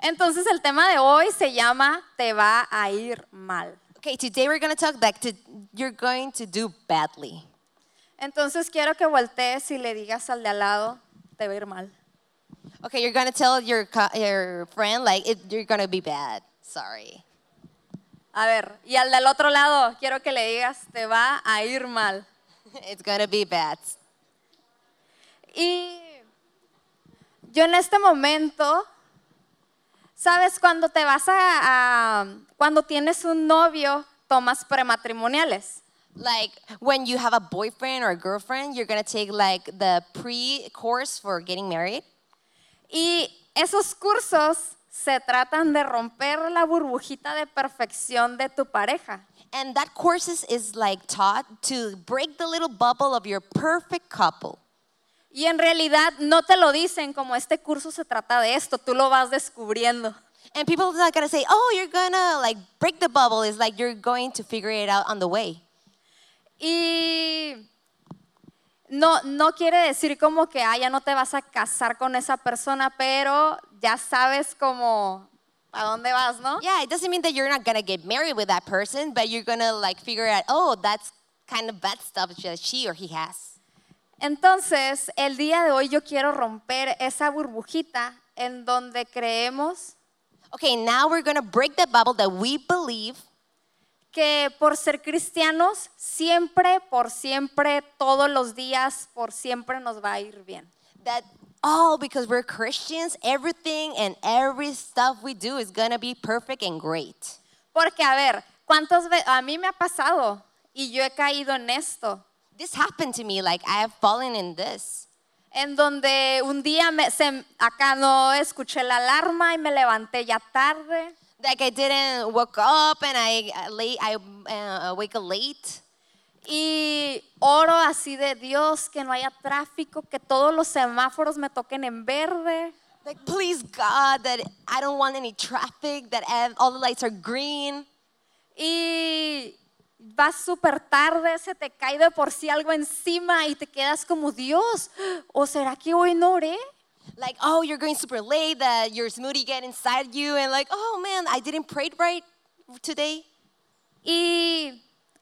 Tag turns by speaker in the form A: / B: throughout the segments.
A: Entonces el tema de hoy se llama Te va a ir mal.
B: Okay, today we're going to talk that to, you're going to do badly.
A: Entonces quiero que voltees y le digas al de al lado, te va a ir mal.
B: Okay, you're going to tell your co- your friend like it, you're going to be bad. Sorry.
A: A ver, y al del otro lado quiero que le digas, te va a ir mal.
B: it's going to be bad.
A: Y yo en este momento, ¿sabes? Cuando te vas a, a- cuando tienes un novio, tomas prematrimoniales.
B: Like when you have a boyfriend or a girlfriend, you're going to take like the pre-course for getting married.
A: Y esos cursos se tratan de romper la burbujita de perfección de tu pareja.
B: And that courses is like taught to break the little bubble of your perfect couple.
A: Y en realidad no te lo dicen como este curso se trata de esto, tú lo vas descubriendo.
B: And people are not gonna say, "Oh, you're gonna like break the bubble." It's like you're going to figure it out on the way.
A: Y no, no quiere decir como que, ah, ya no te vas a casar con esa persona, pero ya sabes como a dónde vas, ¿no?
B: Yeah, it doesn't mean that you're not gonna get married with that person, but you're gonna like figure out, "Oh, that's kind of bad stuff that she or he has."
A: Entonces, el día de hoy yo quiero romper esa burbujita en donde creemos
B: Okay, now we're gonna break the bubble that we believe
A: que por ser cristianos, siempre, por siempre, todos los días, por siempre nos va a ir bien.
B: that all because we're Christians, everything and every stuff we do is gonna be perfect and great.
A: Porque, a ver, ¿cuántas veces? A mí me ha pasado y yo he caído en esto.
B: This happened to me. Like I have fallen in this.
A: en donde un día me- se- acá no escuché la alarma y me levanté ya tarde
B: Like I didn't woke up and I I late. I uh, wake up late.
A: y oro así de Dios que no haya tráfico, que todos los semáforos me toquen en verde.
B: Like please God that I don't want any traffic. That ev- all the lights are green.
A: Y vas súper tarde, se te cae de por sí algo encima y te quedas como Dios, ¿o será que hoy no oré?
B: Like oh you're going super late. That your smoothie get inside you and like oh man I didn't pray right today.
A: Y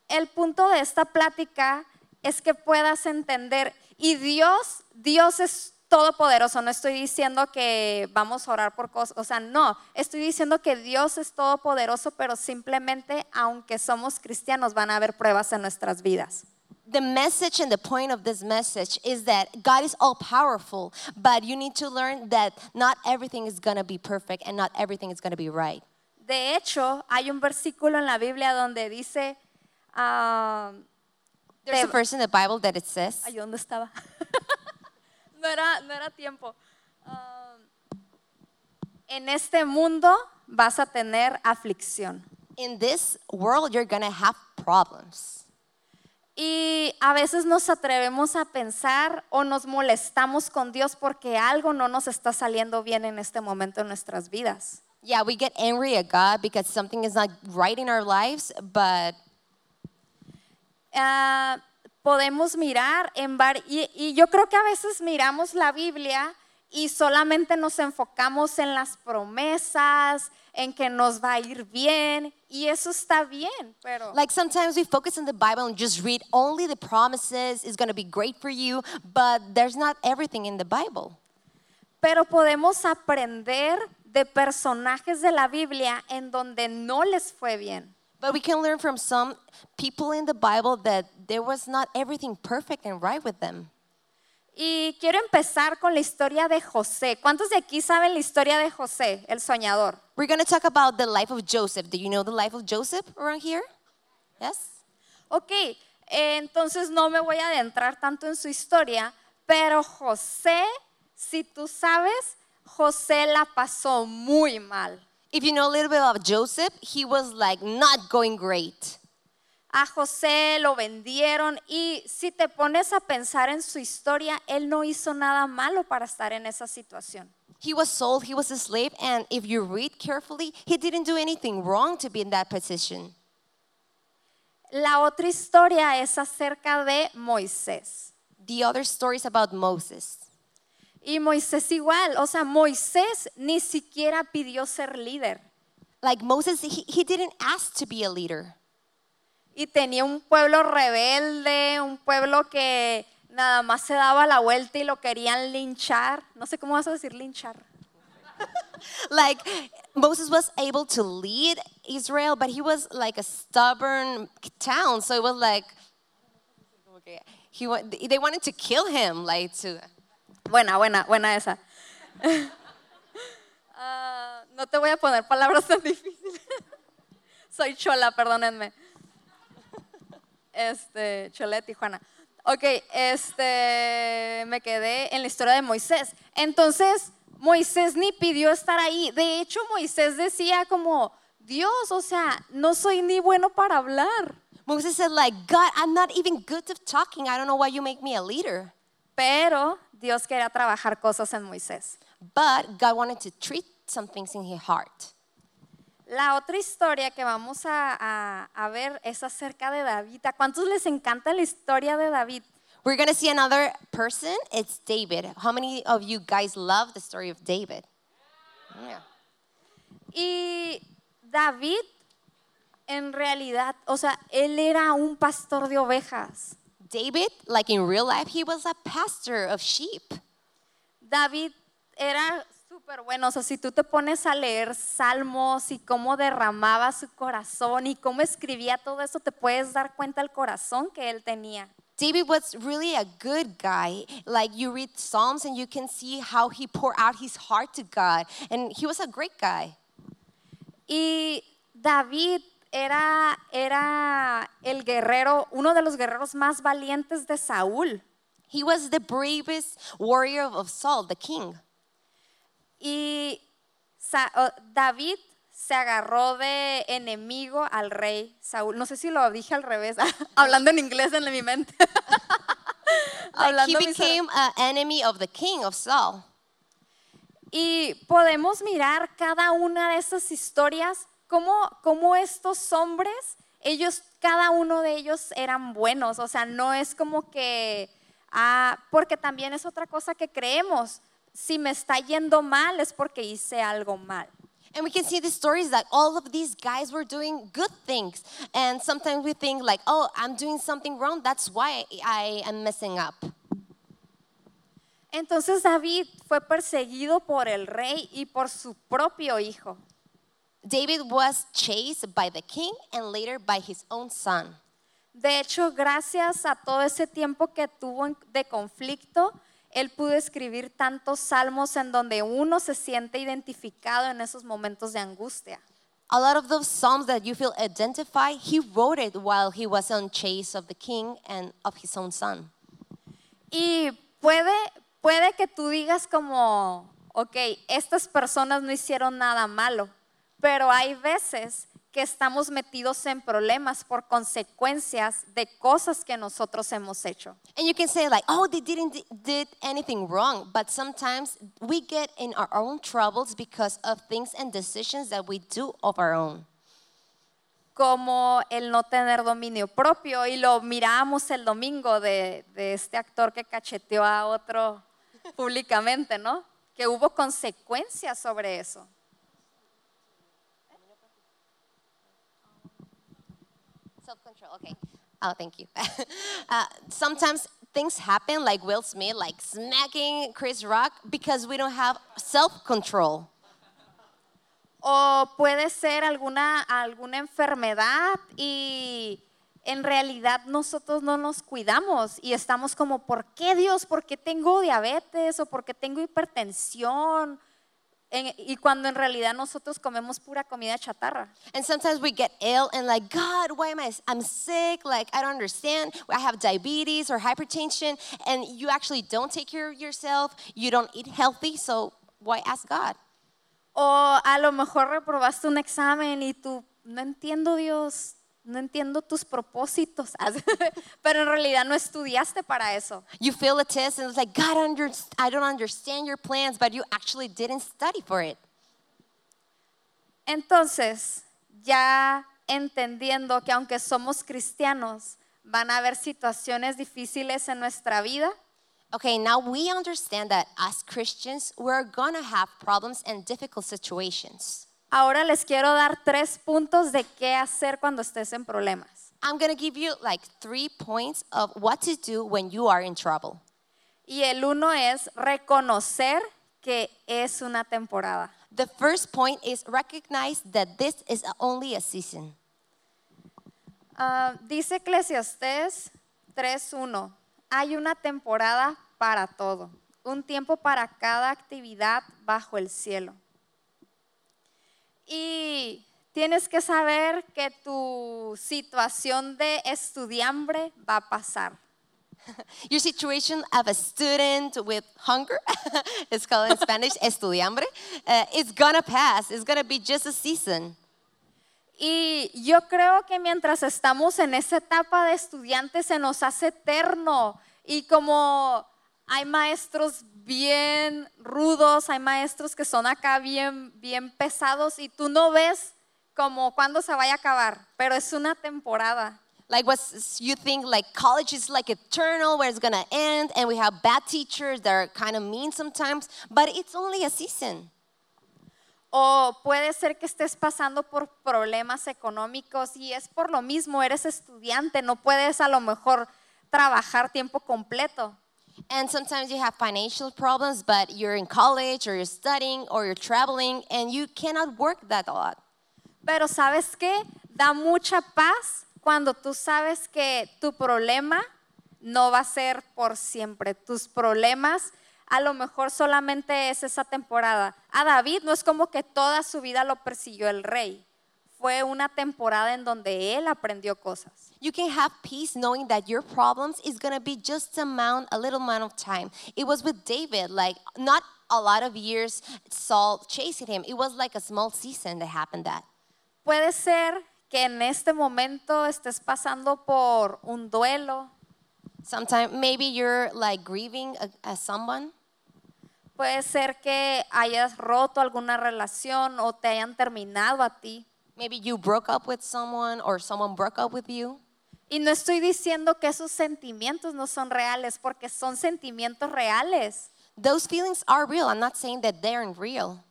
A: el punto de esta plática es que puedas entender, y Dios, Dios es todopoderoso, no estoy diciendo que vamos a orar por cosas, o sea, no, estoy diciendo que Dios es todopoderoso, pero simplemente, aunque somos cristianos, van a haber pruebas en nuestras vidas.
B: The message and the point of this message is that God is all powerful, but you need to learn that not everything is gonna be perfect and not everything is gonna be right.
A: De hecho, hay un versículo en la Biblia donde dice, ah,
B: There's a
A: Te-
B: verse in the Bible that it says.
A: Ay, ¿dónde estaba? no, era, no era tiempo. Ah, en este mundo vas a tener aflicción.
B: in this world you're gonna have problems
A: Y a veces nos atrevemos a pensar o nos molestamos con Dios porque algo no nos está saliendo bien en este momento en nuestras vidas.
B: yeah we get angry at god because something is not right in our lives but
A: Ah, podemos mirar en var- y, y yo creo que a veces miramos la Biblia y solamente nos enfocamos en las promesas, en que nos va a ir bien y eso está bien, pero
B: like sometimes we focus on the bible and just read only the promises is gonna be great for you but there's not everything in the bible
A: pero podemos aprender de personajes de la Biblia en donde no les fue bien.
B: but we can learn from some people in the bible that there was not everything perfect and right with them
A: Y quiero empezar con la historia de José. ¿Cuántos de aquí saben la historia de José, el soñador?
B: we're gonna talk about the life of joseph do you know the life of joseph around here yes
A: Ok, eh, entonces no me voy a adentrar tanto en su historia, pero José, si tú sabes, José la pasó muy mal.
B: if you know a little bit about joseph he was like not going great
A: A José lo vendieron y si te pones a pensar en su historia, él no hizo nada malo para estar en esa situación.
B: He was sold, he was a slave, and if you read carefully, he didn't do anything wrong to be in that position.
A: La otra historia es acerca de Moisés.
B: The other stories about Moses.
A: Y Moisés igual, o sea, Moisés ni siquiera pidió ser líder
B: Like Moses, he, he didn't ask to be a leader.
A: y tenía un pueblo rebelde, un pueblo que nada más se daba la vuelta y lo querían linchar. No sé cómo vas a decir linchar.
B: Like Moses was able to lead Israel, but he was like a stubborn town. So it was like he wa- they wanted to kill him, like to
A: Buena, buena, buena esa. Ah, no te voy a poner palabras tan difíciles. Soy chola, perdónenme. Este, chola de Tijuana. Ok, este, me quedé en la historia de Moisés. Entonces, Moisés ni pidió estar ahí. De hecho, Moisés decía como, Dios, o sea, no soy ni bueno para hablar.
B: Moses said, like, God, I'm not even good at talking. I don't know why you make me a leader.
A: Pero Dios quería trabajar cosas en Moisés.
B: But God wanted to treat some things in his heart.
A: La otra historia que vamos a, a- a ver es acerca de David. ¿A cuántos les encanta la historia de David?
B: We're gonna see another person. It's David. How many of you guys love the story of David? Yeah.
A: Y David, en realidad, o sea, él era un pastor de ovejas.
B: David, like in real life, he was a pastor of sheep.
A: David era súper bueno. O sea, si tú te pones a leer salmos y cómo derramaba su corazón y cómo escribía todo eso, te puedes dar cuenta el corazón que él tenía.
B: David was really a good guy. Like you read Psalms and you can see how he poured out his heart to God. And he was a great guy.
A: Y David era, era el guerrero, uno de los guerreros más valientes de Saúl.
B: He was the bravest warrior of- of Saul, the king.
A: Y Sa- o- David se agarró de enemigo al rey Saúl. No sé si lo dije al revés, hablando en inglés en mi mente.
B: Like he
A: Hablando mis-
B: became an enemy of the king of Saul.
A: Y podemos mirar cada una de esas historias, cómo, cómo estos hombres, ellos, cada uno de ellos eran buenos, o sea, no es como que, ah, porque también es otra cosa que creemos, si me está yendo mal es porque hice algo mal.
B: And we can see the stories that all of these guys were doing good things. And sometimes we think like, oh, I'm doing something wrong. That's why I am messing up.
A: Entonces David fue perseguido por el rey y por su propio hijo.
B: David was chased by the king and later by his own son.
A: De hecho, gracias a todo ese tiempo que tuvo en- de conflicto, él pudo escribir tantos salmos en donde uno se siente identificado en esos momentos de angustia.
B: A lot of those psalms that you feel identified, he wrote it while he was on chase of the king and of his own son.
A: Y puede, puede que tú digas como, ok, estas personas no hicieron nada malo, pero hay veces que estamos metidos en problemas por consecuencias de cosas que nosotros hemos hecho.
B: And you can say like, oh, they didn't d- did anything wrong, but sometimes we get in our own troubles because of things and decisions that we do of our own.
A: como el no tener dominio propio y lo mirábamos el domingo de, de este actor que cacheteó a otro públicamente, ¿no? Que hubo consecuencias sobre eso.
B: Self control, okay. Oh, thank you. uh, sometimes things happen, like Will Smith, like smacking Chris Rock, because we don't have self control.
A: O puede ser alguna, alguna enfermedad y en realidad nosotros no nos cuidamos y estamos como, ¿por qué Dios? ¿Por qué tengo diabetes? ¿O por qué tengo hipertensión? En- y cuando en realidad nosotros comemos pura comida chatarra.
B: And sometimes we get ill and like, God, why am I? s- I'm sick. Like I don't understand. I have diabetes or hypertension, and you actually don't take care of yourself. You don't eat healthy, so why ask God?
A: O a lo mejor reprobaste un examen y tú, no entiendo Dios, no entiendo tus propósitos, pero en realidad no estudiaste para eso.
B: You feel a test and it's like, God, I under- I don't understand your plans, but you actually didn't study for it.
A: Entonces, ya entendiendo que aunque somos cristianos, van a haber situaciones difíciles en nuestra vida,
B: Okay, now we understand that as Christians, we're gonna have problems and difficult situations.
A: Ahora les quiero dar tres puntos de qué hacer cuando estés en problemas.
B: I'm gonna give you like three points of what to do when you are in trouble.
A: Y el uno es reconocer que es una temporada.
B: The first point is recognize that this is only a season.
A: Ah, dice Eclesiastés 3.1, hay una temporada para todo, un tiempo para cada actividad bajo el cielo. Y tienes que saber que tu situación de estudiambre va a pasar.
B: Your situation of a student with hunger, it's called in Spanish estudiambre, uh, it's gonna pass. It's gonna be just a season.
A: Y yo creo que mientras estamos en esa etapa de estudiante se nos hace eterno y como hay maestros bien rudos, hay maestros que son acá bien, bien pesados y tú no ves como cuándo se vaya a acabar, pero es una temporada.
B: Like what you think, like college is like eternal, where it's gonna end, and we have bad teachers that are kind of mean sometimes, but it's only a season.
A: O puede ser que estés pasando por problemas económicos y es por lo mismo, eres estudiante, no puedes a lo mejor trabajar tiempo completo.
B: And sometimes you have financial problems, but you're in college or you're studying or you're traveling, and you cannot work that a lot.
A: Pero sabes qué? Da mucha paz cuando tú sabes que tu problema no va a ser por siempre. Tus problemas a lo mejor solamente es esa temporada. A David no es como que toda su vida lo persiguió el rey. Fue una temporada en donde él aprendió cosas.
B: You can have peace knowing that your problems is gonna be just amount a little amount of time. It was with David, like not a lot of years Saul chasing him. It was like a small season that happened that.
A: Puede ser que en este momento estés pasando por un duelo,
B: Sometimes maybe you're like grieving a, a someone.
A: puede ser que hayas roto alguna relación o te hayan terminado a ti.
B: Maybe you broke up with someone or someone broke up with you.
A: Y no estoy diciendo que esos sentimientos no son reales, porque son sentimientos reales.
B: Those feelings are real. I'm not saying that they aren't real.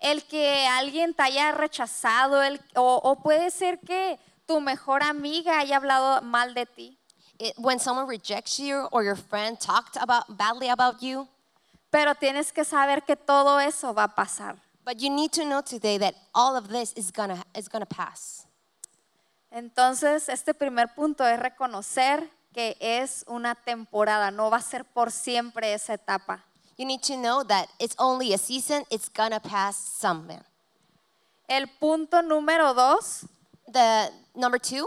A: El que alguien te haya rechazado, el- o, o puede ser que tu mejor amiga haya hablado mal de ti.
B: It, when someone rejects you or your friend talked about badly about you,
A: Pero tienes que saber que todo eso va a pasar.
B: but you need to know today that all of this is gonna is gonna pass.
A: Entonces, este primer punto es reconocer que es una temporada, no va a ser por siempre esa etapa.
B: You need to know that it's only a season, it's gonna pass someday.
A: El punto número dos.
B: The number two,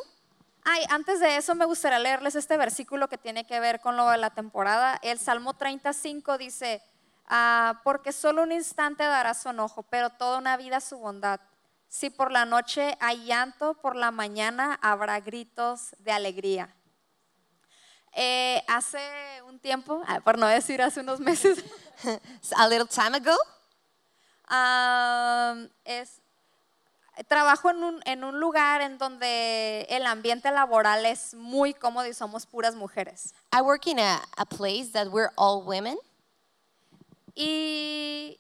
A: Ay, antes de eso me gustaría leerles este versículo que tiene que ver con lo de la temporada. El Salmo 35 dice, ah, porque solo un instante dará su enojo, pero toda una vida su bondad. Si por la noche hay llanto, por la mañana habrá gritos de alegría. Eh, hace un tiempo, ah, por no decir hace unos meses,
B: s- a little time ago,
A: Am, es, trabajo en un, en un lugar en donde el ambiente laboral es muy cómodo y somos puras mujeres.
B: I work in a, a place that we're all women.
A: Y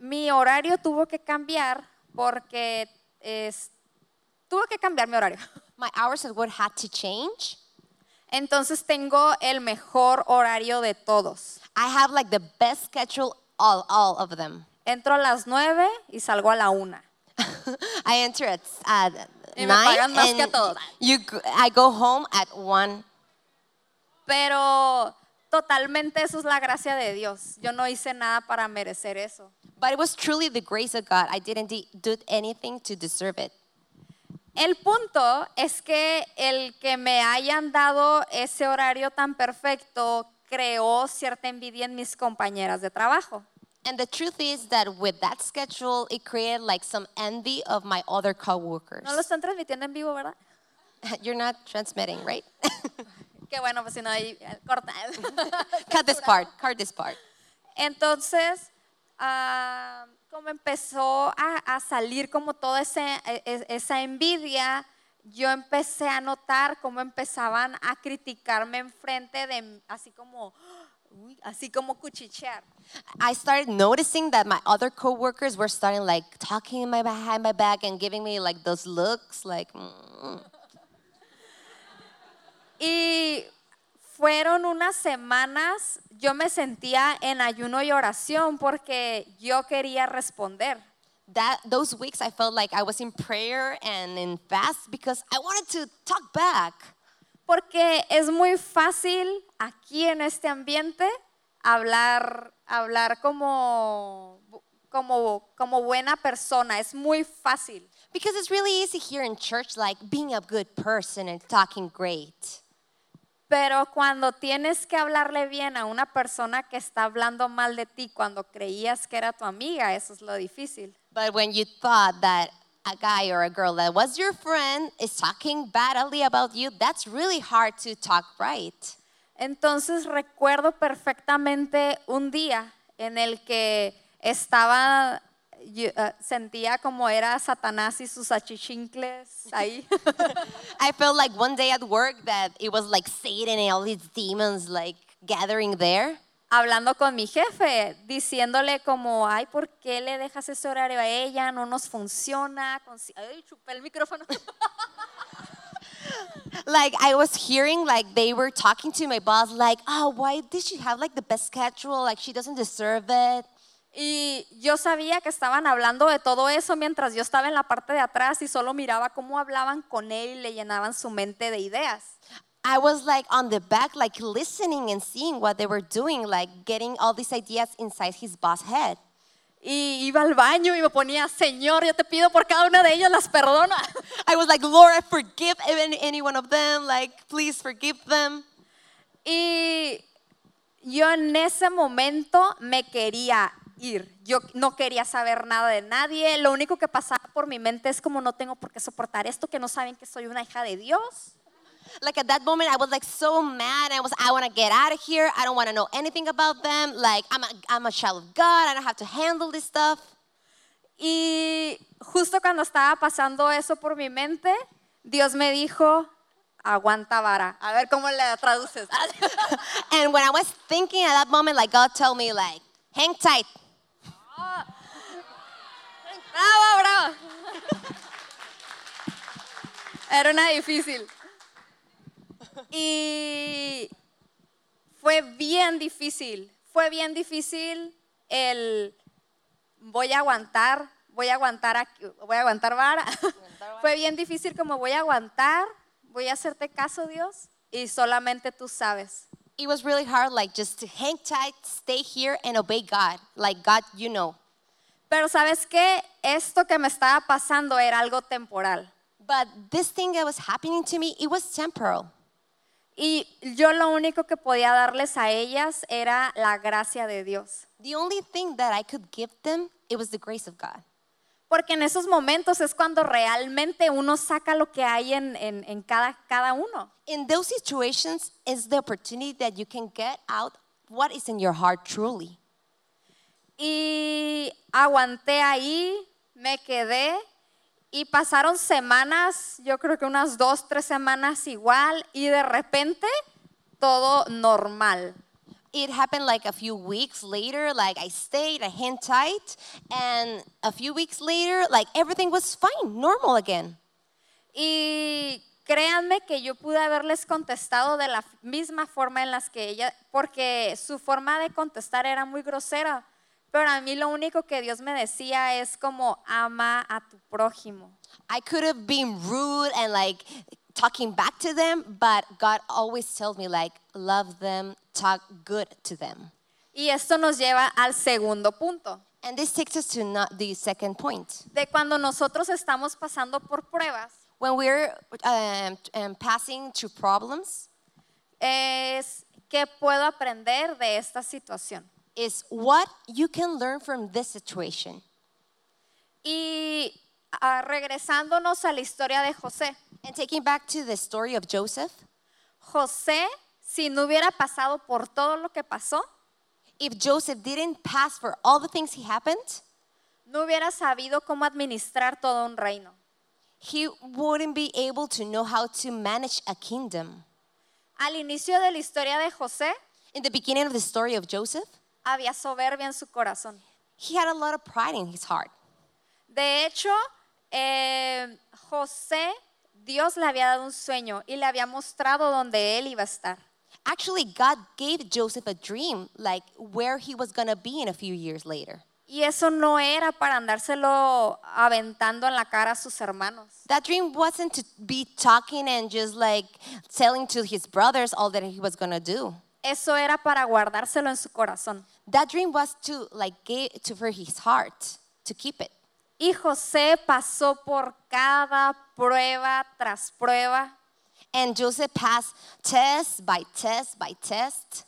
A: mi horario tuvo que cambiar porque es, tuvo que cambiar mi horario.
B: My hours at work had to change.
A: Entonces tengo el mejor horario de todos.
B: I have like the best schedule, all, all of them.
A: Entro a las 9 y salgo a la 1.
B: I enter at s- at
A: Y me
B: nine,
A: pagan más que a todos.
B: and you, g- I go home at one.
A: Pero totalmente eso es la gracia de Dios. Yo no hice nada para merecer eso.
B: But it was truly the grace of God. I didn't de- do anything to deserve it.
A: El punto es que el que me hayan dado ese horario tan perfecto creó cierta envidia en mis compañeras de trabajo.
B: And the truth is that with that schedule, it created like some envy of my other coworkers.
A: No lo están transmitiendo en vivo, ¿verdad?
B: You're not transmitting, right?
A: Qué bueno, pues si no, ahí eh, corta.
B: Cut this part. Cut this part.
A: Entonces, ah, como empezó a, a salir como toda ese- e- e- esa envidia, yo empecé a notar cómo empezaban a criticarme enfrente de, m- así como, "Ah, Uy, así como cuchichear.
B: I started noticing that my other coworkers were starting like talking in my behind my back and giving me like those looks like mm.
A: Y fueron unas semanas, yo me sentía en ayuno y oración porque yo quería responder.
B: that those weeks I felt like I was in prayer and in fast because I wanted to talk back
A: Porque es muy fácil aquí en este ambiente hablar, hablar como, como, como buena persona, es muy fácil.
B: because it's really easy here in church like being a good person and talking great.
A: Pero cuando tienes que hablarle bien a una persona que está hablando mal de ti cuando creías que era tu amiga, eso es lo difícil.
B: But when you thought that a guy or a girl that was your friend is talking badly about you, that's really hard to talk right.
A: Entonces recuerdo perfectamente un día en el que estaba, yo, eh, sentía como era Satanás y sus achichincles ahí.
B: I felt like one day at work that it was like Satan and all these demons like gathering there.
A: hablando con mi jefe, diciéndole como, ay, ¿por qué le dejas ese horario a ella? No nos funciona. consi- Ay, chupé el micrófono.
B: like I was hearing like they were talking to my boss like, "Oh, why did she have like the best schedule? Like she doesn't deserve it."
A: Y yo sabía que estaban hablando de todo eso mientras yo estaba en la parte de atrás y solo miraba cómo hablaban con él y le llenaban su mente de ideas.
B: I was like on the back like listening and seeing what they were doing, like getting all these ideas inside his boss head.
A: Y iba al baño y me ponía, Señor, yo te pido por cada una de ellas, las perdona.
B: I was like, "Lord, I forgive even any one of them. Like please forgive them."
A: Y yo en ese momento me quería ir. Yo no quería saber nada de nadie. Lo único que pasaba por mi mente es como no tengo por qué soportar esto, que no saben que soy una hija de Dios.
B: Like at that moment, I was like so mad. I was, I want to get out of here. I don't want to know anything about them. Like I'm a, I'm a child of God. I don't have to handle this stuff.
A: Y justo cuando estaba pasando eso por mi mente, Dios me dijo, aguanta vara. A ver cómo le traduces.
B: And when I was thinking at that moment, like God told me, like, hang tight.
A: bravo, bravo. Era una difícil. Y fue bien difícil. Fue bien difícil el voy a aguantar, voy a aguantar aquí, voy a aguantar vara. Fue bien difícil como voy a aguantar, voy a hacerte caso, Dios, y solamente tú sabes.
B: It was really hard, like just to hang tight, stay here, and obey God. Like God, you know.
A: Pero sabes qué, esto que me estaba pasando era algo temporal.
B: But this thing that was happening to me, it was temporal.
A: Y yo lo único que podía darles a ellas era la gracia de Dios.
B: The only thing that I could give them, it was the grace of God.
A: Porque en esos momentos es cuando realmente uno saca lo que hay en, en- en cada, cada uno.
B: In those situations, is the opportunity that you can get out what is in your heart truly.
A: Y aguanté ahí, me quedé y pasaron semanas, yo creo que unas dos, tres semanas igual y de repente todo normal.
B: it happened like a few weeks later like i stayed i hand tight and a few weeks later like everything was fine normal again
A: Y créanme que yo pude haberles contestado de la misma forma en las que ella, porque su forma de contestar era muy grosera, pero a mí lo único que Dios me decía es como ama a tu prójimo.
B: i could have been rude and like talking back to them but god always tells me like love them talk good to them
A: Y esto nos lleva al segundo punto,
B: and this takes us to not the second point
A: de cuando nosotros estamos pasando por pruebas,
B: when we're um, um, passing through problems
A: es qué puedo aprender de esta situación.
B: is what you can learn from this situation
A: Y ah, regresándonos a la historia de José.
B: and taking back to the story of joseph
A: José, si no hubiera pasado por todo lo que pasó,
B: if Joseph didn't pass for all the things he happened,
A: no hubiera sabido cómo administrar todo un reino.
B: he wouldn't be able to know how to manage a kingdom.
A: Al inicio de la historia de José,
B: In in the beginning of the story of Joseph,
A: había soberbia en su corazón.
B: he had a lot of pride in his heart.
A: De hecho, eh, José, Dios le había dado un sueño y le había mostrado dónde él iba a estar.
B: Actually, God gave Joseph a dream, like where he was going to be in a few years later.
A: Y eso no era para andárselo aventando en la cara a sus hermanos.
B: That dream wasn't to be talking and just like telling to his brothers all that he was going to do.
A: Eso era para guardárselo en su corazón.
B: That dream was to like give to for his heart to keep it.
A: Y José pasó por cada prueba tras prueba,
B: And Joseph passed test by test by test.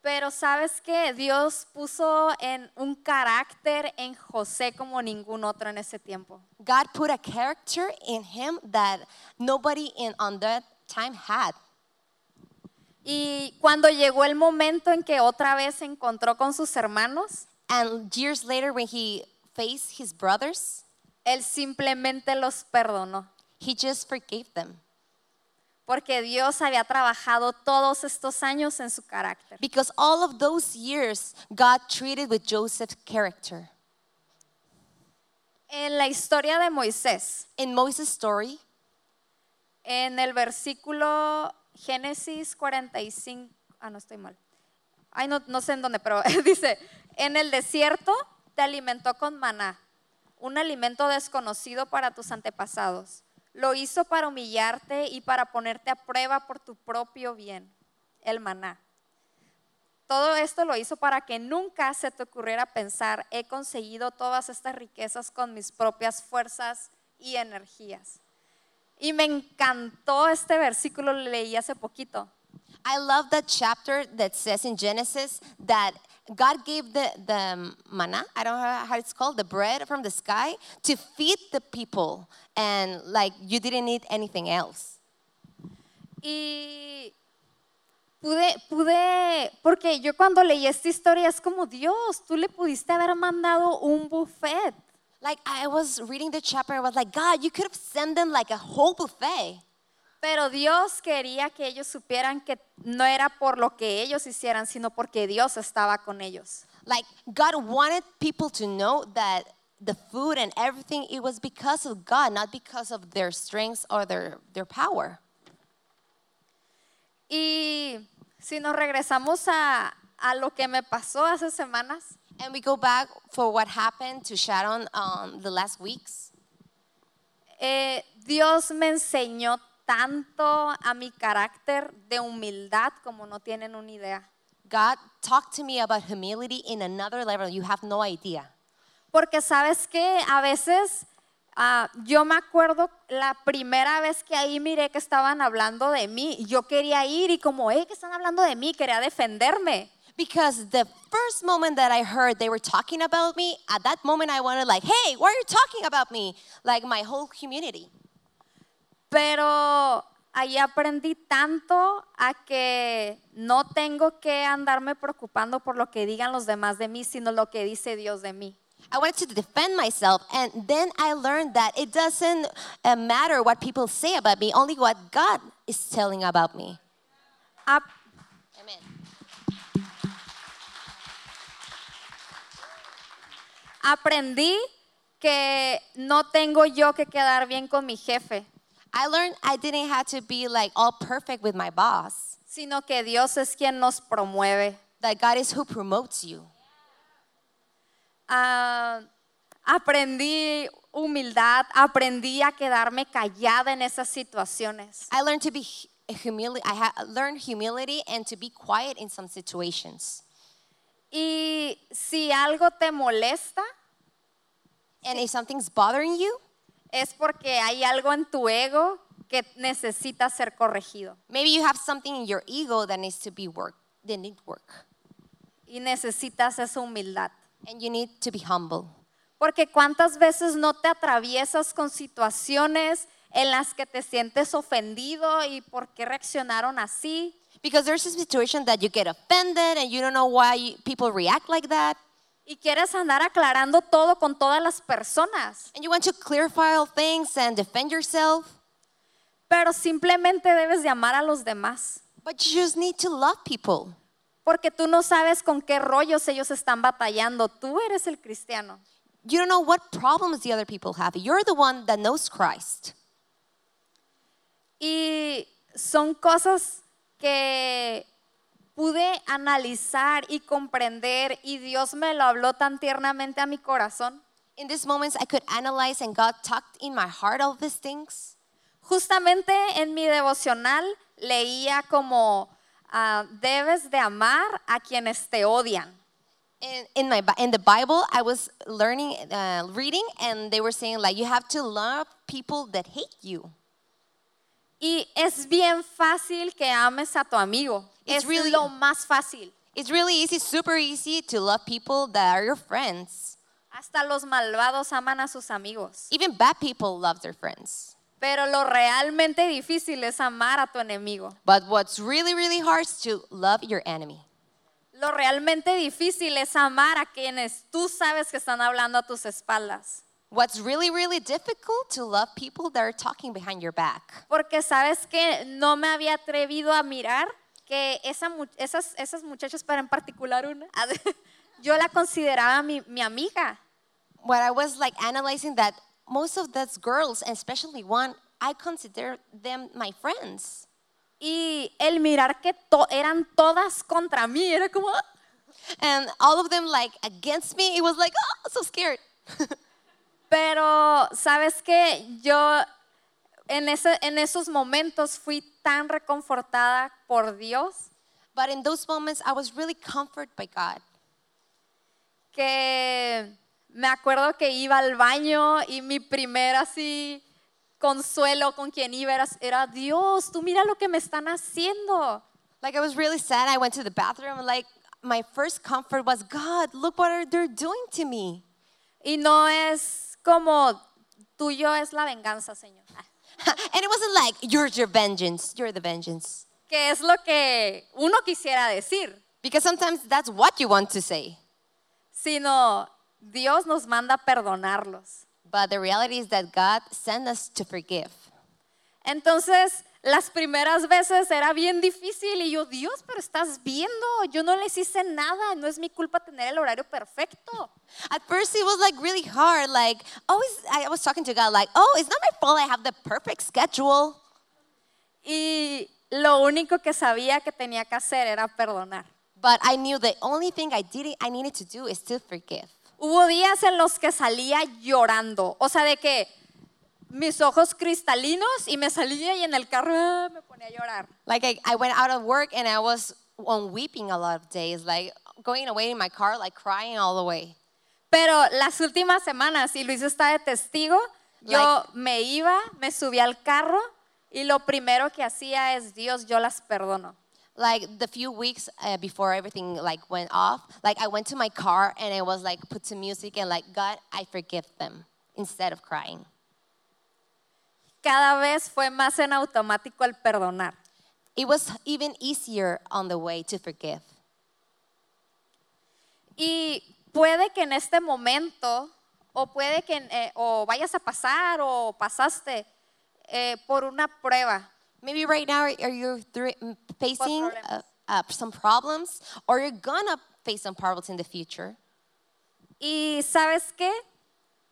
A: pero sabes que Dios puso en un carácter en José como ningún otro en ese tiempo.
B: God put a character in him that nobody in on that time had.
A: Y cuando llegó el momento en que otra vez se encontró con sus hermanos,
B: And years later, when he faced his brothers,
A: él simplemente los perdonó,
B: he just forgave them
A: porque Dios había trabajado todos estos años en su carácter.
B: because all of those years God treated with Joseph's character.
A: En la historia de Moisés,
B: In Moses' story,
A: en el versículo Génesis 45, ah, no estoy mal, ay, no, no sé en dónde, pero dice, en el desierto te alimentó con maná, un alimento desconocido para tus antepasados. Lo hizo para humillarte y para ponerte a prueba por tu propio bien, el maná. Todo esto lo hizo para que nunca se te ocurriera pensar, he conseguido todas estas riquezas con mis propias fuerzas y energías. Y me encantó este versículo, lo leí hace poquito.
B: I love that chapter that says in Genesis that God gave the, the manna, I don't know how it's called, the bread from the sky to feed the people. And like you didn't need anything else.
A: Y pude, pude, porque yo cuando leí esta historia es como, Dios, tú le pudiste haber mandado un buffet.
B: Like I was reading the chapter, I was like, God, you could have sent them like a whole buffet.
A: Pero Dios quería que ellos supieran que no era por lo que ellos hicieran, sino porque Dios estaba con ellos.
B: Like God wanted people to know that the food and everything, it was because of God, not because of their strengths or their, their power.
A: Y si nos regresamos a, a lo que me pasó hace semanas,
B: And we go back for what happened to Sharon um, the last weeks.
A: eh, Dios me enseñó tanto a mi carácter de humildad como no tienen una idea.
B: God talked to me about humility in another level. You have no idea.
A: Porque sabes que a veces ah, yo me acuerdo la primera vez que ahí miré que estaban hablando de mí, y yo quería ir y como, eh, que están hablando de mí, quería defenderme.
B: Because the first moment that I heard they were talking about me, at that moment I wanted like, hey, why are you talking about me? Like my whole community.
A: Pero ahí aprendí tanto a que no tengo que andarme preocupando por lo que digan los demás de mí, sino lo que dice Dios de mí.
B: I wanted to defend myself, and then I learned that it doesn't uh, matter what people say about me, only what God is telling about me.
A: Ap-
B: Amen.
A: aprendí que no tengo yo que quedar bien con mi jefe,
B: I learned I didn't have to be like all perfect with my boss.
A: sino que Dios es quien nos promueve.
B: that God is who promotes you.
A: Ah, aprendí humildad, aprendí a quedarme callada en esas situaciones.
B: I learned to be humility. I ha- learned humility and to be quiet in some situations.
A: Y si algo te molesta,
B: And if something's bothering you,
A: es porque hay algo en tu ego que necesita ser corregido
B: maybe you have something in your ego that needs to be worked, that need work,
A: y necesitas esa humildad.
B: and you need to be humble.
A: Porque cuántas veces no te atraviesas con situaciones en las que te sientes ofendido y por qué reaccionaron así.
B: Because there's a situation that you get offended and you don't know why you- people react like that,
A: Y quieres andar aclarando todo con todas las personas,
B: and you want to clarify all things and defend yourself,
A: pero simplemente debes de amar a los demás,
B: but you just need to love people
A: Porque tú no sabes con qué rollos ellos están batallando. Tú eres el cristiano.
B: You don't know what problems the other people have. You're the one that knows Christ.
A: Y son cosas que pude analizar y comprender y Dios me lo habló tan tiernamente a mi corazón.
B: In these moments, I could analyze, and God tucked in my heart all these things.
A: Justamente en mi devocional leía como ah, debes de amar a quienes te odian.
B: In, in my Bi- in the Bible, I was learning, uh, reading, and they were saying like you have to love people that hate you.
A: Y es bien fácil que ames a tu amigo.
B: It's
A: es
B: really-
A: lo más fácil.
B: It's really easy, super easy to love people that are your friends.
A: Hasta los malvados aman a sus amigos.
B: Even bad people love their friends.
A: Pero lo realmente difícil es amar a tu enemigo.
B: But what's really, really hard is to love your enemy.
A: Lo realmente difícil es amar a quienes tú sabes que están hablando a tus espaldas.
B: What's really, really difficult to love people that are talking behind your back.
A: Porque sabes que no me había atrevido a mirar que esa mu- esas, esas muchachas, para en particular una, yo la consideraba mi, mi amiga.
B: What I was like analyzing that most of those girls, and especially one, I consider them my friends.
A: Y el mirar que to- eran todas contra mí, era como, "Ah".
B: And all of them like against me, it was like, oh, so scared.
A: pero sabes que yo en, ese- en esos momentos fui tan reconfortada por Dios
B: But in those moments, I was really comforted by God.
A: que me acuerdo que iba al baño y mi primer así consuelo con quien iba era, era, Dios, tú mira lo que me están haciendo.
B: Like I was really sad. I went to the bathroom. Like my first comfort was, God, look what are they're doing to me.
A: Y no es como tuyo es la venganza, Señor. Ah,
B: and it wasn't like you're your vengeance. You're the vengeance.
A: Que es lo que uno quisiera decir,
B: Because sometimes that's what you want to say.
A: sino Dios nos manda a perdonarlos.
B: But the reality is that God sent us to forgive.
A: Entonces, las primeras veces era bien difícil y yo, Dios, pero estás viendo, yo no les hice nada, no es mi culpa tener el horario perfecto.
B: At first, it was like really hard. Like, oh, it's- I was talking to God, like, oh, it's not my fault. I have the perfect schedule.
A: Y lo único que sabía que tenía que hacer era perdonar.
B: But I knew the only thing I did I needed to do is to forgive.
A: Hubo días en los que salía llorando, o sea, de que mis ojos cristalinos y me salía y en el carro ah, me ponía a llorar.
B: Like I, I went out of work and I was on weeping a lot of days, like going away in my car, like crying all the way.
A: Pero las últimas semanas, y Luis está de testigo, yo
B: Like-
A: me iba, me subía al carro y lo primero que hacía es, Dios, yo las perdono.
B: Like the few weeks uh, before everything like went off, like I went to my car and I was like put to music and like God, I forgive them instead of crying.
A: Cada vez fue más en automático el perdonar.
B: It was even easier on the way to forgive.
A: Y puede que en este momento, o puede que en- eh, o vayas a pasar o pasaste eh, por una prueba.
B: Maybe right now are are you through, facing uh,
A: problemas?
B: uh, some problems, or you're gonna face some problems in the future.
A: Y sabes qué?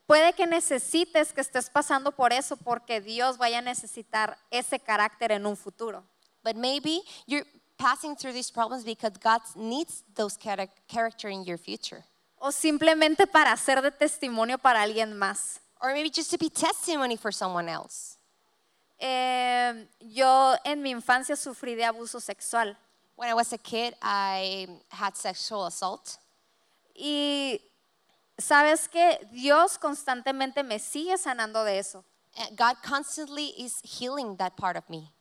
A: Puede que necesites que estés pasando por eso porque Dios vaya a necesitar ese carácter en un futuro.
B: But maybe you're passing through these problems because God needs those charac- character in your future.
A: O simplemente para hacer de testimonio para alguien más.
B: Or maybe just to be testimony for someone else.
A: Eh, yo en mi infancia sufrí de abuso sexual
B: When I was a kid, I had sexual assault.
A: y sabes que Dios constantemente me sigue sanando de eso.
B: And God constantly is healing that part of me.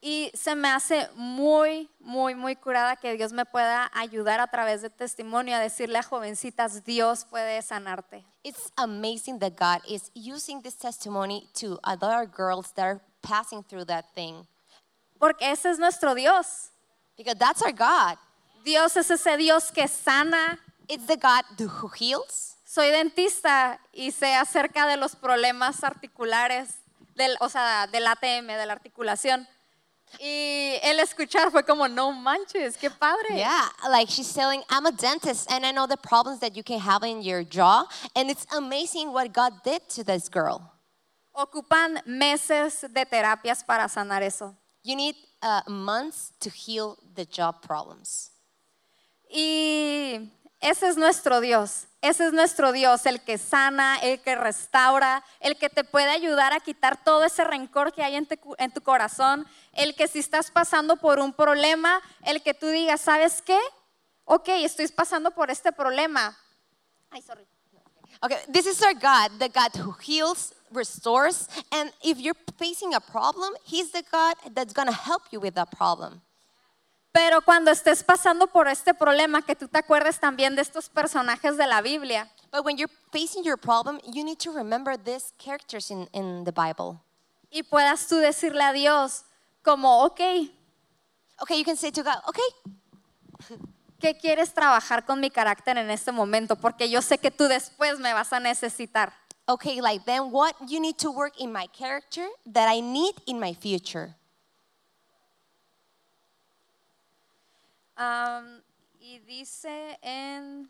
A: Y se me hace muy, muy, muy curada que Dios me pueda ayudar a través de testimonio a decirle a jovencitas, Dios puede sanarte.
B: It's amazing that God is using this testimony to other girls that are passing through that thing.
A: Porque ese es nuestro Dios.
B: Because that's our God.
A: Dios es ese Dios que sana.
B: It's the God who heals.
A: Soy dentista y sé acerca de los problemas articulares, del, o sea, del ATM, de la articulación. Y el escuchar fue como, no manches, qué padre.
B: Yeah, like she's telling, I'm a dentist and I know the problems that you can have in your jaw. And it's amazing what God did to this girl.
A: Ocupan meses de terapias para sanar eso.
B: You need uh, months to heal the jaw problems.
A: Y ese es nuestro Dios. Ese es nuestro Dios, el que sana, el que restaura, el que te puede ayudar a quitar todo ese rencor que hay en tu, en tu corazón, el que si estás pasando por un problema, el que tú digas, ¿sabes qué? Ok, estoy pasando por este problema. Ay, sorry.
B: Okay, this is our God, the God who heals, restores, and if you're facing a problem, He's the God that's gonna help you with that problem.
A: Pero cuando estés pasando por este problema, que tú te acuerdes también de estos personajes de la Biblia.
B: But when you're facing your problem, you need to remember these characters in, in the Bible.
A: y puedas tú decirle a Dios como, ok,
B: Okay, you can say to God, okay,
A: ¿qué quieres trabajar con mi carácter en este momento? Porque yo sé que tú después me vas a necesitar.
B: okay, like then what you need to work in my character that I need in my future.
A: Am, y dice en,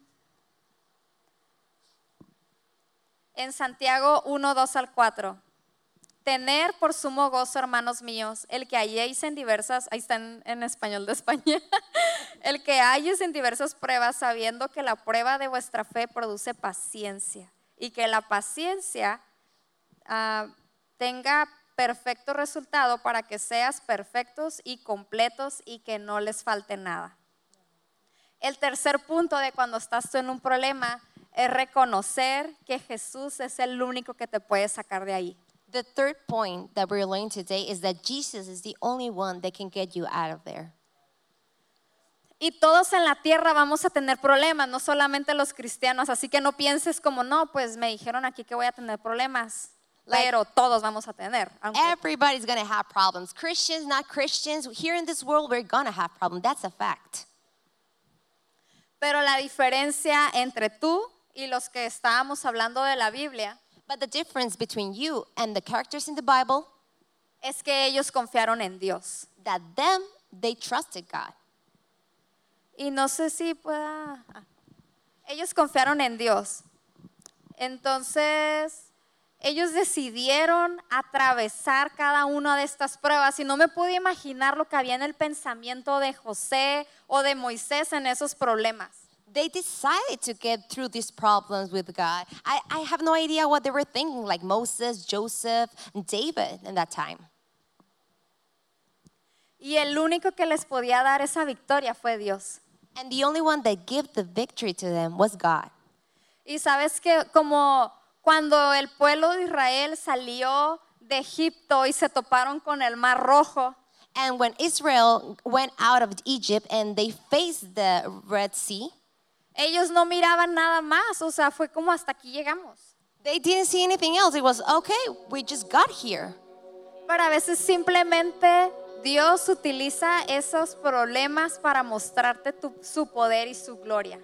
A: en Santiago 1, 2 al 4. Tener por sumo gozo, hermanos míos, el que halléis en diversas, ahí está en, en español de España, el que halléis en diversas pruebas, sabiendo que la prueba de vuestra fe produce paciencia, y que la paciencia ah, tenga perfecto resultado para que seas perfectos y completos y que no les falte nada. El tercer punto de cuando estás tú en un problema es reconocer que Jesús es el único que te puede sacar de ahí.
B: The third point that we're learning today is that Jesus is the only one that can get you out of there.
A: Y todos en la tierra vamos a tener problemas, no solamente los cristianos, así que no pienses como, no, pues me dijeron aquí que voy a tener problemas,
B: Like-
A: pero todos vamos a tener. aunque-
B: Everybody's gonna have problems. Christians, not Christians, here in this world, we're gonna have problems. That's a fact.
A: pero la diferencia entre tú y los que estábamos hablando de la Biblia
B: But the difference between you and the characters in the Bible,
A: es que ellos confiaron en Dios.
B: that them, they trusted God.
A: Y no sé si pueda... ah. Ellos confiaron en Dios. Entonces, ellos decidieron atravesar cada una de estas pruebas. Y no me pude imaginar lo que había en el pensamiento de José o de Moisés en esos problemas.
B: They decided to get through these problems with God. I, I have no idea what they were thinking, like Moses, Joseph, and David in that time.
A: Y el único que les podía dar esa victoria fue Dios.
B: And the only one that gave the victory to them was God.
A: Y sabes que como cuando el pueblo de Israel salió de Egipto y se toparon con el Mar Rojo,
B: And when Israel went out of Egypt and they faced the Red Sea,
A: ellos no miraban nada más, o sea, fue como hasta aquí llegamos.
B: they didn't see anything else. It was okay, we just got here.
A: Pero a veces simplemente Dios utiliza esos problemas para mostrarte tu- su poder y su gloria.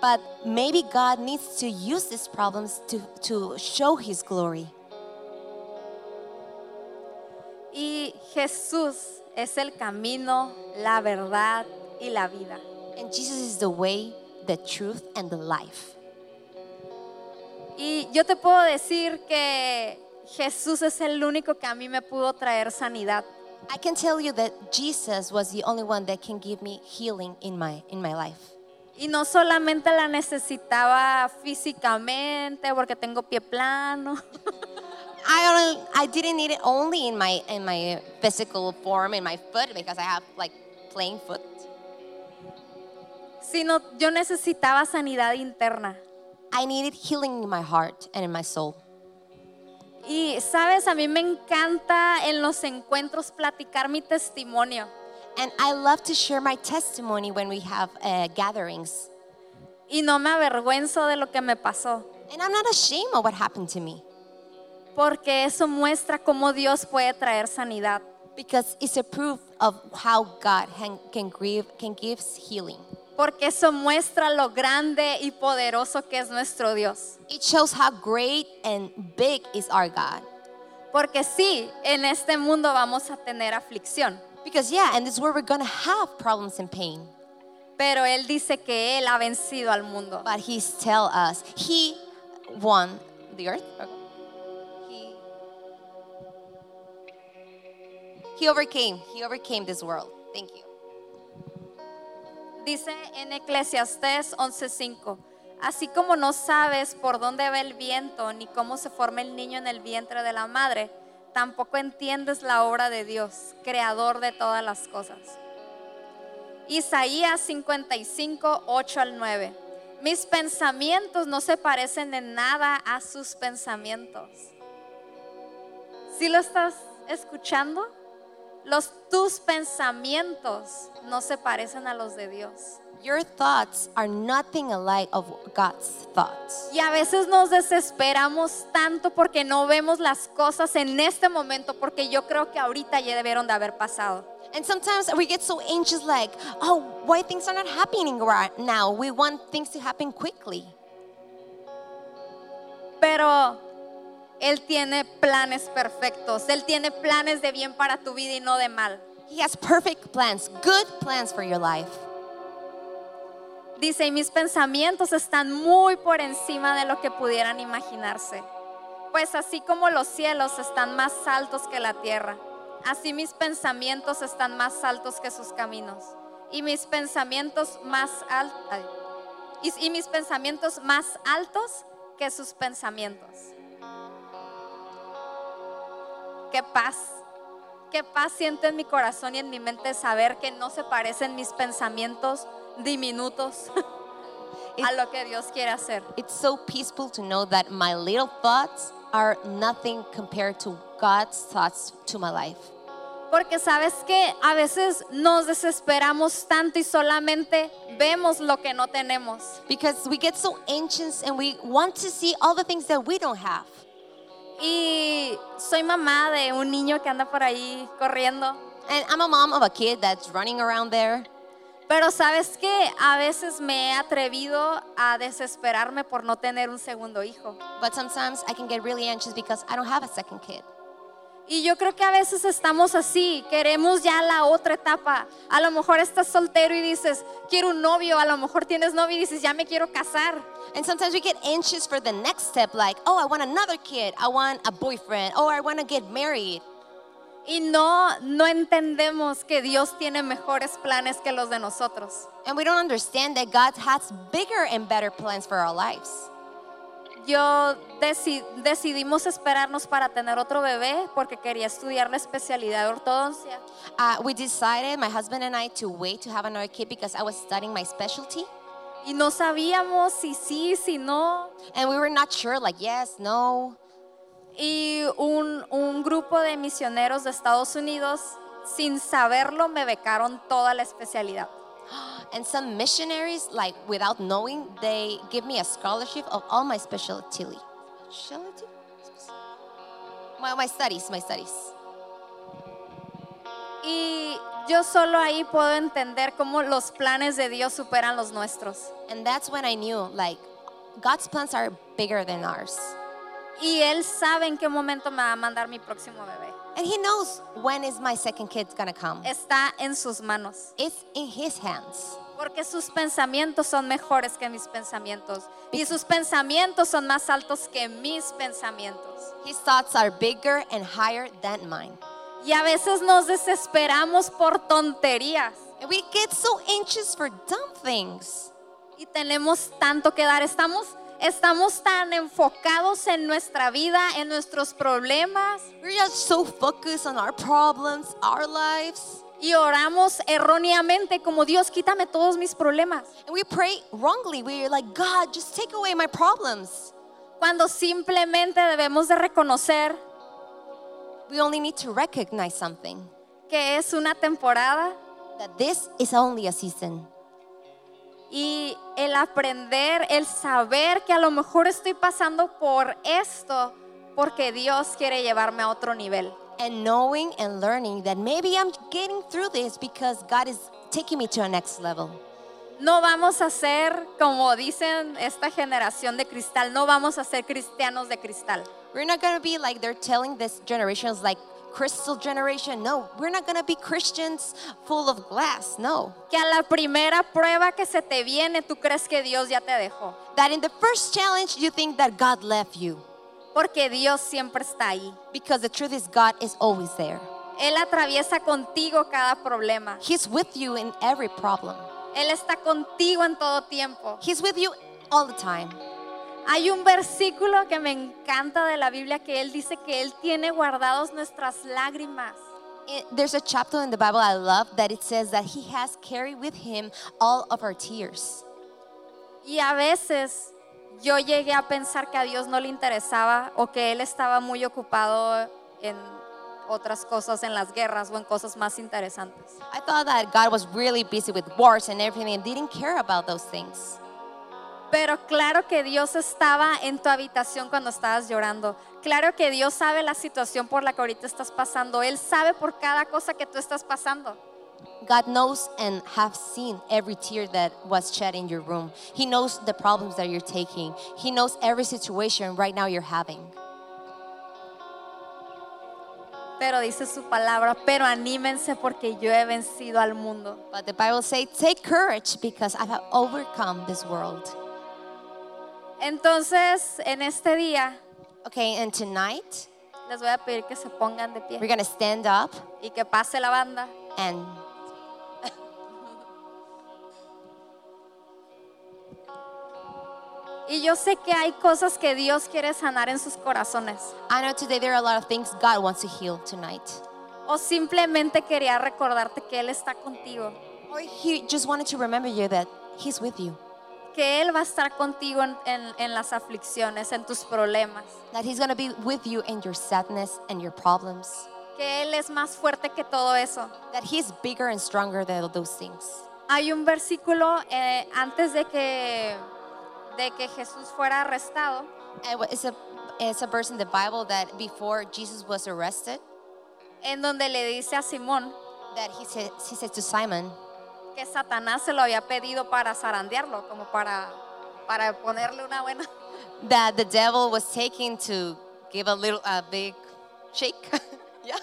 B: But maybe God needs to use these problems to, to show His glory.
A: Y Jesús es el camino, la verdad y la vida.
B: And Jesus is the way, the truth, and the life.
A: Y yo te puedo decir que Jesús es el único que a mí me pudo traer sanidad.
B: I can tell you that Jesus was the only one that can give me healing in my in my life.
A: Y no solamente la necesitaba físicamente porque tengo pie plano.
B: I only, I didn't need it only in my in my physical form in my foot because I have like plain foot,
A: sino yo necesitaba sanidad interna.
B: I needed healing in my heart and in my soul.
A: Y sabes, a mí me encanta en los encuentros platicar mi testimonio.
B: And I love to share my testimony when we have uh, gatherings.
A: Y no me avergüenzo de lo que me pasó,
B: And I'm not ashamed of what happened to me
A: porque eso muestra cómo Dios puede traer sanidad.
B: because it's a proof of how God can, can grieve can give healing.
A: Porque eso muestra lo grande y poderoso que es nuestro Dios.
B: It shows how great and big is our God.
A: Porque sí, en este mundo vamos a tener aflicción,
B: Because, yeah, in this world, we're going to have problems and pain.
A: Pero Él dice que Él ha vencido al mundo.
B: But He's tell us He won the earth. He, he overcame. He overcame this world. Thank you.
A: Dice en Eclesiastés 11:5, así como no sabes por dónde va el viento ni cómo se forma el niño en el vientre de la madre, tampoco entiendes la obra de Dios, creador de todas las cosas. Isaías 55, 8 al 9. Mis pensamientos no se parecen en nada a sus pensamientos. ¿Sí lo estás escuchando? Los tus pensamientos no se parecen a los de Dios.
B: Your thoughts are nothing alike of God's thoughts.
A: Y a veces nos desesperamos tanto porque no vemos las cosas en este momento, porque yo creo que ahorita ya debieron de haber pasado.
B: And sometimes we get so anxious, like, oh, why things are not happening right now? We want things to happen quickly.
A: Pero Él tiene planes perfectos. Él tiene planes de bien para tu vida y no de mal.
B: He has perfect plans, good plans for your life.
A: Dice, y mis pensamientos están muy por encima de lo que pudieran imaginarse. Pues así como los cielos están más altos que la tierra, así mis pensamientos están más altos que sus caminos. Y mis pensamientos más altos y, y mis pensamientos más altos que sus pensamientos. Qué paz. Qué paz siento en mi corazón y en mi mente saber que no se parecen mis pensamientos diminutos a lo que Dios quiere hacer.
B: It's so peaceful to know that my little thoughts are nothing compared to God's thoughts to my life.
A: Porque sabes que a veces nos desesperamos tanto y solamente vemos lo que no tenemos.
B: Because we get so anxious and we want to see all the things that we don't have.
A: Y soy mamá de un niño que anda por ahí corriendo.
B: And I'm a mom of a kid that's running around there.
A: Pero sabes que a veces me he atrevido a desesperarme por no tener un segundo hijo.
B: But sometimes I can get really anxious because I don't have a second kid.
A: Y yo creo que a veces estamos así, queremos ya la otra etapa. A lo mejor estás soltero y dices, quiero un novio, a lo mejor tienes novio y dices, ya me quiero casar.
B: And sometimes we get anxious for the next step, like, oh, I want another kid, I want a boyfriend, or I want to get married.
A: Y no, no entendemos que Dios tiene mejores planes que los de nosotros.
B: And we don't understand that God has bigger and better plans for our lives.
A: Yo deci- decidimos esperarnos para tener otro bebé porque quería estudiar la especialidad de ortodoncia.
B: Uh, we decided, my husband and I, to wait to have another kid because I was studying my specialty.
A: Y no sabíamos si sí, si no.
B: And we were not sure, like, yes, no.
A: Y un, un grupo de misioneros de Estados Unidos, sin saberlo, me becaron toda la especialidad.
B: And some missionaries, like, without knowing, they give me a scholarship of all my specialty. Specialty? My, my studies, my studies.
A: Y yo solo ahí puedo entender cómo los planes de Dios superan los nuestros.
B: And that's when I knew, like, God's plans are bigger than ours.
A: Y Él sabe en qué momento me va a mandar mi próximo bebé.
B: And He knows when is my second kid gonna come.
A: Está en sus manos.
B: It's in His hands.
A: Porque sus pensamientos son mejores que mis pensamientos. Y sus pensamientos son más altos que mis pensamientos.
B: His thoughts are bigger and higher than mine.
A: Y a veces nos desesperamos por tonterías.
B: And we get so anxious for dumb things.
A: Y tenemos tanto que dar. Estamos, estamos tan enfocados en nuestra vida, en nuestros problemas.
B: We're just so focused on our problems, our lives.
A: Y oramos erróneamente como Dios, quítame todos mis problemas.
B: And we pray wrongly. We're like, God, just take away my problems.
A: Cuando simplemente debemos de reconocer
B: We only need to recognize something
A: que es una temporada
B: that this is only a season.
A: Y el aprender, el saber que a lo mejor estoy pasando por esto porque Dios quiere llevarme a otro nivel.
B: And knowing and learning that maybe I'm getting through this because God is taking me to a next level.
A: No vamos a ser, como dicen esta generación de cristal, no vamos a ser cristianos de cristal.
B: We're not going to be like they're telling this generations like crystal generation. No, we're not going to be Christians full of glass. No.
A: Que a la primera prueba que se te viene, tú crees que Dios ya te dejó.
B: That in the first challenge, you think that God left you
A: Porque Dios siempre está ahí.
B: because the truth is, God is always there.
A: Él atraviesa contigo cada problema.
B: He's with you in every problem,
A: Él está contigo en todo tiempo.
B: He's with you all the time.
A: Hay un versículo que me encanta de la Biblia que Él dice que Él tiene guardados nuestras lágrimas.
B: It- there's a chapter in the Bible I love that it says that He has carried with Him all of our tears.
A: Y a veces yo llegué a pensar que a Dios no le interesaba o que Él estaba muy ocupado en otras cosas, en las guerras o en cosas más interesantes.
B: I thought that God was really busy with wars and everything and didn't care about those things.
A: Pero claro que Dios estaba en tu habitación cuando estabas llorando. Claro que Dios sabe la situación por la que ahorita estás pasando. Él sabe por cada cosa que tú estás pasando.
B: God knows and have seen every tear that was shed in your room. He knows the problems that you're taking. He knows every situation right now you're having.
A: Pero dice su palabra, pero anímense porque yo he vencido al mundo.
B: But the Bible says, "Take courage because I have overcome this world."
A: Entonces, en este día,
B: Okay, and tonight
A: les voy a pedir que se pongan de
B: we're
A: pie
B: gonna stand up
A: y que pase la banda.
B: and
A: Y yo sé que hay cosas que Dios quiere sanar en sus corazones.
B: I know today there are a lot of things God wants to heal tonight.
A: O simplemente quería recordarte que Él está contigo,
B: Or He just wanted to remember you that He's with you,
A: que Él va a estar contigo en, en- en las aflicciones, en tus problemas,
B: that He's gonna be with you in your sadness and your problems,
A: que Él es más fuerte que todo eso.
B: that He's bigger and stronger than those things.
A: Hay un versículo eh, antes de que, de que Jesús fuera arrestado,
B: And what- It's a, it's a verse in the Bible that before Jesus was arrested,
A: en donde le dice a Simón
B: that he said, he said to Simon
A: que Satanás se lo había pedido para zarandearlo, como para, para ponerle una buena...
B: that the devil was taking to give a little, a big shake. yeah.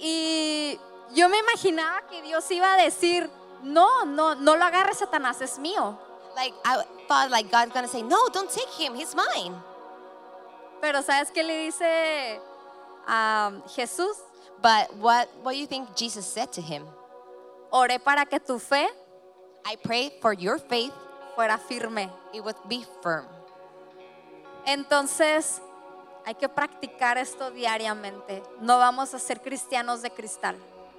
A: Y yo me imaginaba que Dios iba a decir, no, no, no lo agarres Satanás, es mío.
B: Like I thought, like God's gonna say, no, don't take him. He's mine.
A: Pero ¿sabes qué le dice a Jesús?
B: But what, what do you think Jesus said to him?
A: Oré para que tu fe
B: I pray for your faith.
A: fuera firme.
B: It would be firm.
A: Entonces, hay que practicar esto diariamente. No vamos a ser cristianos de cristal.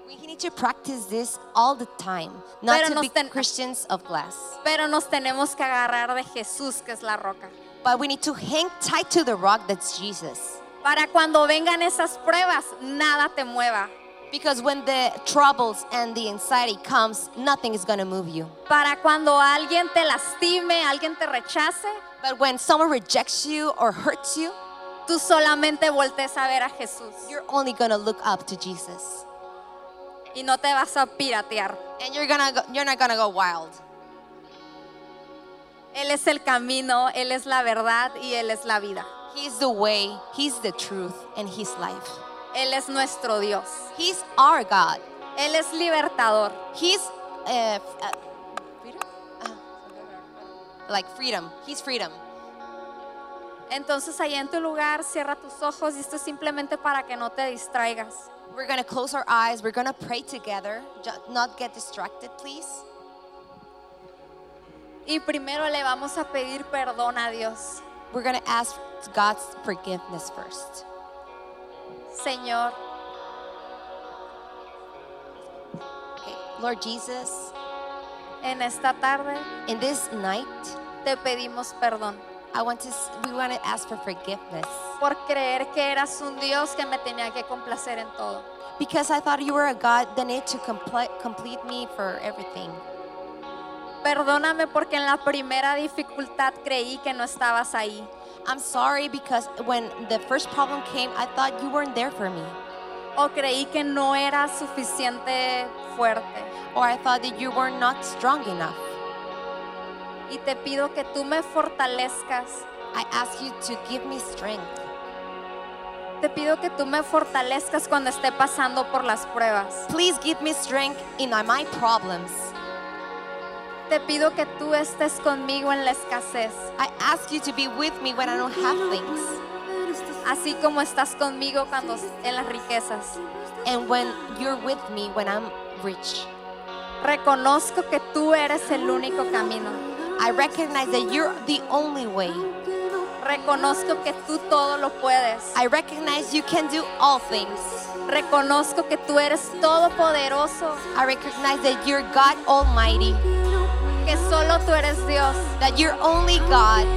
B: We need to practice this all the time, not
A: Pero
B: to
A: nos
B: be
A: ten-
B: Christians of glass.
A: Pero nos tenemos que agarrar de Jesús, que es la roca.
B: But we need to hang tight to the rock that's Jesus.
A: Para cuando vengan esas pruebas, nada te mueva.
B: Because when the troubles and the anxiety comes, nothing is going to move you.
A: Para cuando alguien te lastime, alguien te rechace,
B: But when someone rejects you or hurts you,
A: tú solamente voltees a ver a Jesús
B: you're only going to look up to Jesus.
A: y no te vas a piratear.
B: And you're going to you're not going to go wild.
A: Él es el camino, Él es la verdad y Él es la vida.
B: He's the way, he's the truth, and he's life.
A: Él es nuestro Dios.
B: He's our God.
A: Él es libertador.
B: He's uh, f- uh, freedom? Uh, like freedom. He's freedom.
A: Entonces ahí en tu lugar cierra tus ojos y esto es simplemente para que no te distraigas.
B: We're going to close our eyes. We're going to pray together. Ju- not get distracted, please.
A: Y primero le vamos a pedir perdón a Dios.
B: We're going to ask God's forgiveness first.
A: Señor,
B: Okay. Lord Jesus,
A: en esta tarde
B: in this night,
A: te pedimos perdón
B: I want to s- we want to ask for forgiveness
A: por creer que eras un Dios que me tenía que complacer en todo.
B: because I thought you were a God that needed to complete complete me for everything.
A: Perdóname porque en la primera dificultad creí que no estabas ahí.
B: I'm sorry because when the first problem came, I thought you weren't there for me,
A: O creí que no era suficiente fuerte.
B: or I thought that you were not strong enough.
A: Y te pido que tú me fortalezcas
B: I ask you to give me strength
A: Te pido que tú me fortalezcas cuando esté pasando por las pruebas.
B: Please give me strength in my problems.
A: Te pido que tú estés conmigo en la escasez,
B: I ask you to be with me when I don't have things
A: así como estás conmigo cuando en las riquezas.
B: and when you're with me when I'm rich.
A: Reconozco que tú eres el único camino.
B: I recognize that you're the only way.
A: Reconozco que tú todo lo puedes.
B: I recognize you can do all things.
A: Reconozco que tú eres todopoderoso,
B: I recognize that you're God Almighty,
A: que solo tú eres Dios.
B: that you're only God,